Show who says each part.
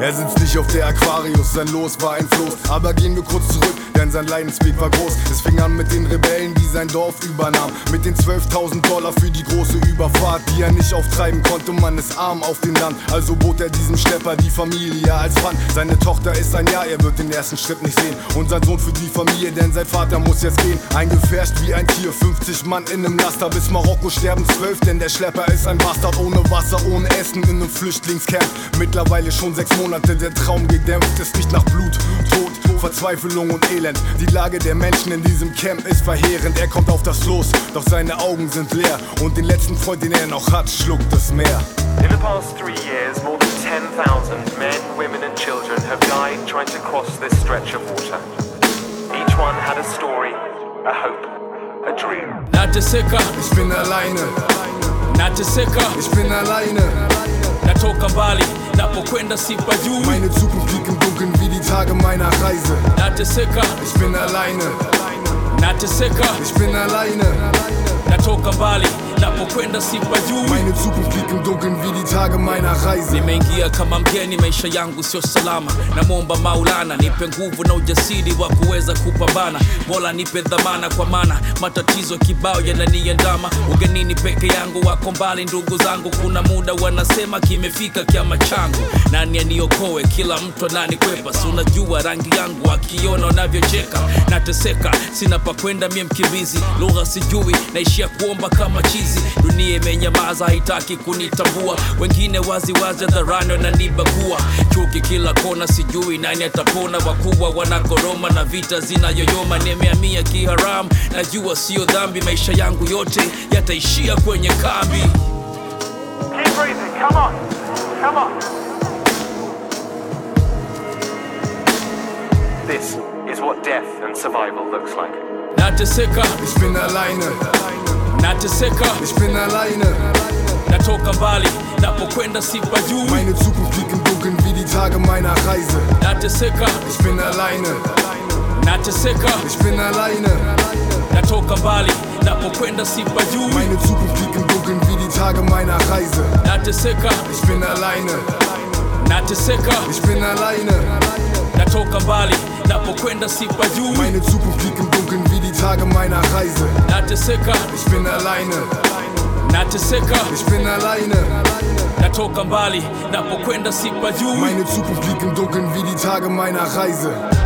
Speaker 1: Er sitzt nicht auf der Aquarius, sein Los war ein Floß. Aber gehen wir kurz zurück, denn sein Leidensweg war groß. Es fing an mit den Rebellen, die sein Dorf übernahmen. Mit den 12.000 Dollar für die große Überfahrt, die er nicht auftreiben konnte. Man ist arm auf dem Land, also bot er diesem Schlepper die Familie als Pfand. Seine Tochter ist ein Jahr, er wird den ersten Schritt nicht sehen. Und sein Sohn für die Familie, denn sein Vater muss jetzt gehen. Eingefärscht wie ein Tier, 50 Mann in einem Laster. Bis Marokko sterben 12, denn der Schlepper ist ein Bastard. Ohne Wasser, ohne Essen in einem Flüchtlingscamp. Mittlerweile schon sechs Monate der Traum gedämpft. Es riecht nach Blut, Tod, Verzweiflung und Elend. Die Lage der Menschen in diesem Camp ist verheerend. Er kommt auf das Los, doch seine Augen sind leer. Und den letzten Freund, den er noch hat, schluckt das Meer.
Speaker 2: In the past three years, more than 10,000 men, women, and children have died trying to cross this stretch of water. Each one had a story, a hope, a dream.
Speaker 3: Nateseka,
Speaker 1: Ich bin alleine,
Speaker 3: nateseka,
Speaker 1: ich bin alleine.
Speaker 3: natoka mbali, napokwenda sipajui.
Speaker 1: Meine Zukunft liegt im Dunkeln wie die Tage meiner Reise.
Speaker 3: Nateseka,
Speaker 1: Ich bin alleine,
Speaker 3: nateseka,
Speaker 1: ich bin alleine.
Speaker 3: natoka mbali, napokwenda sipajui.
Speaker 1: Meine Zukunft liegt im Dunkeln wie die Tage meiner Reise.
Speaker 3: Nimeingia kama mgeni, maisha yangu sio salama. Namwomba Maulana nipe nguvu na ujasiri wa kuweza kupambana, bora nipe dhamana, kwa maana matatizo kibao yananiandama. Ugenini peke yangu, wako mbali ndugu zangu, kuna muda wanasema kimefika kyama changu. Nani aniokoe? Kila mtu ananikwepa, si unajua rangi yangu, akiona wanavyocheka. Nateseka, sina pa kwenda, mie mkimbizi, lugha sijui, naishia kuomba kama chizi. Dunia imenyamaza, haitaki kunitambua, wengine waziwazi hadharani wananibagua. Chuki kila kona, sijui nani atapona. Wakubwa wanakoroma na vita zinayoyoma, nimehamia kiharamu, najua siyo dhambi. Maisha yangu yote yataishia kwenye kambi.
Speaker 2: Keep breathing, come on, come on. This is what death and survival looks like.
Speaker 3: Nateseka,
Speaker 1: Ich bin alleine,
Speaker 3: nateseka,
Speaker 1: ich bin alleine.
Speaker 3: natoka mbali, napokwenda sipajui.
Speaker 1: Meine Zukunft liegt im Dunkeln wie die Tage meiner Reise.
Speaker 3: nateseka
Speaker 1: Ich bin alleine,
Speaker 3: nateseka
Speaker 1: ich bin alleine.
Speaker 3: natoka mbali napokwenda sipajui
Speaker 1: Meine Zukunft liegt im Dunkeln wie die Tage meiner Reise.
Speaker 3: nateseka
Speaker 1: Ich bin alleine,
Speaker 3: nateseka
Speaker 1: ich bin alleine.
Speaker 3: natoka mbali napokwenda sipajui
Speaker 1: Meine Zukunft liegt im Dunkeln wie die Tage meiner Reise.
Speaker 3: nateseka
Speaker 1: Ich bin alleine,
Speaker 3: nateseka
Speaker 1: ich bin alleine.
Speaker 3: natoka mbali napokwenda sipajui
Speaker 1: Meine Zukunft liegt im Dunkeln wie die Tage meiner Reise.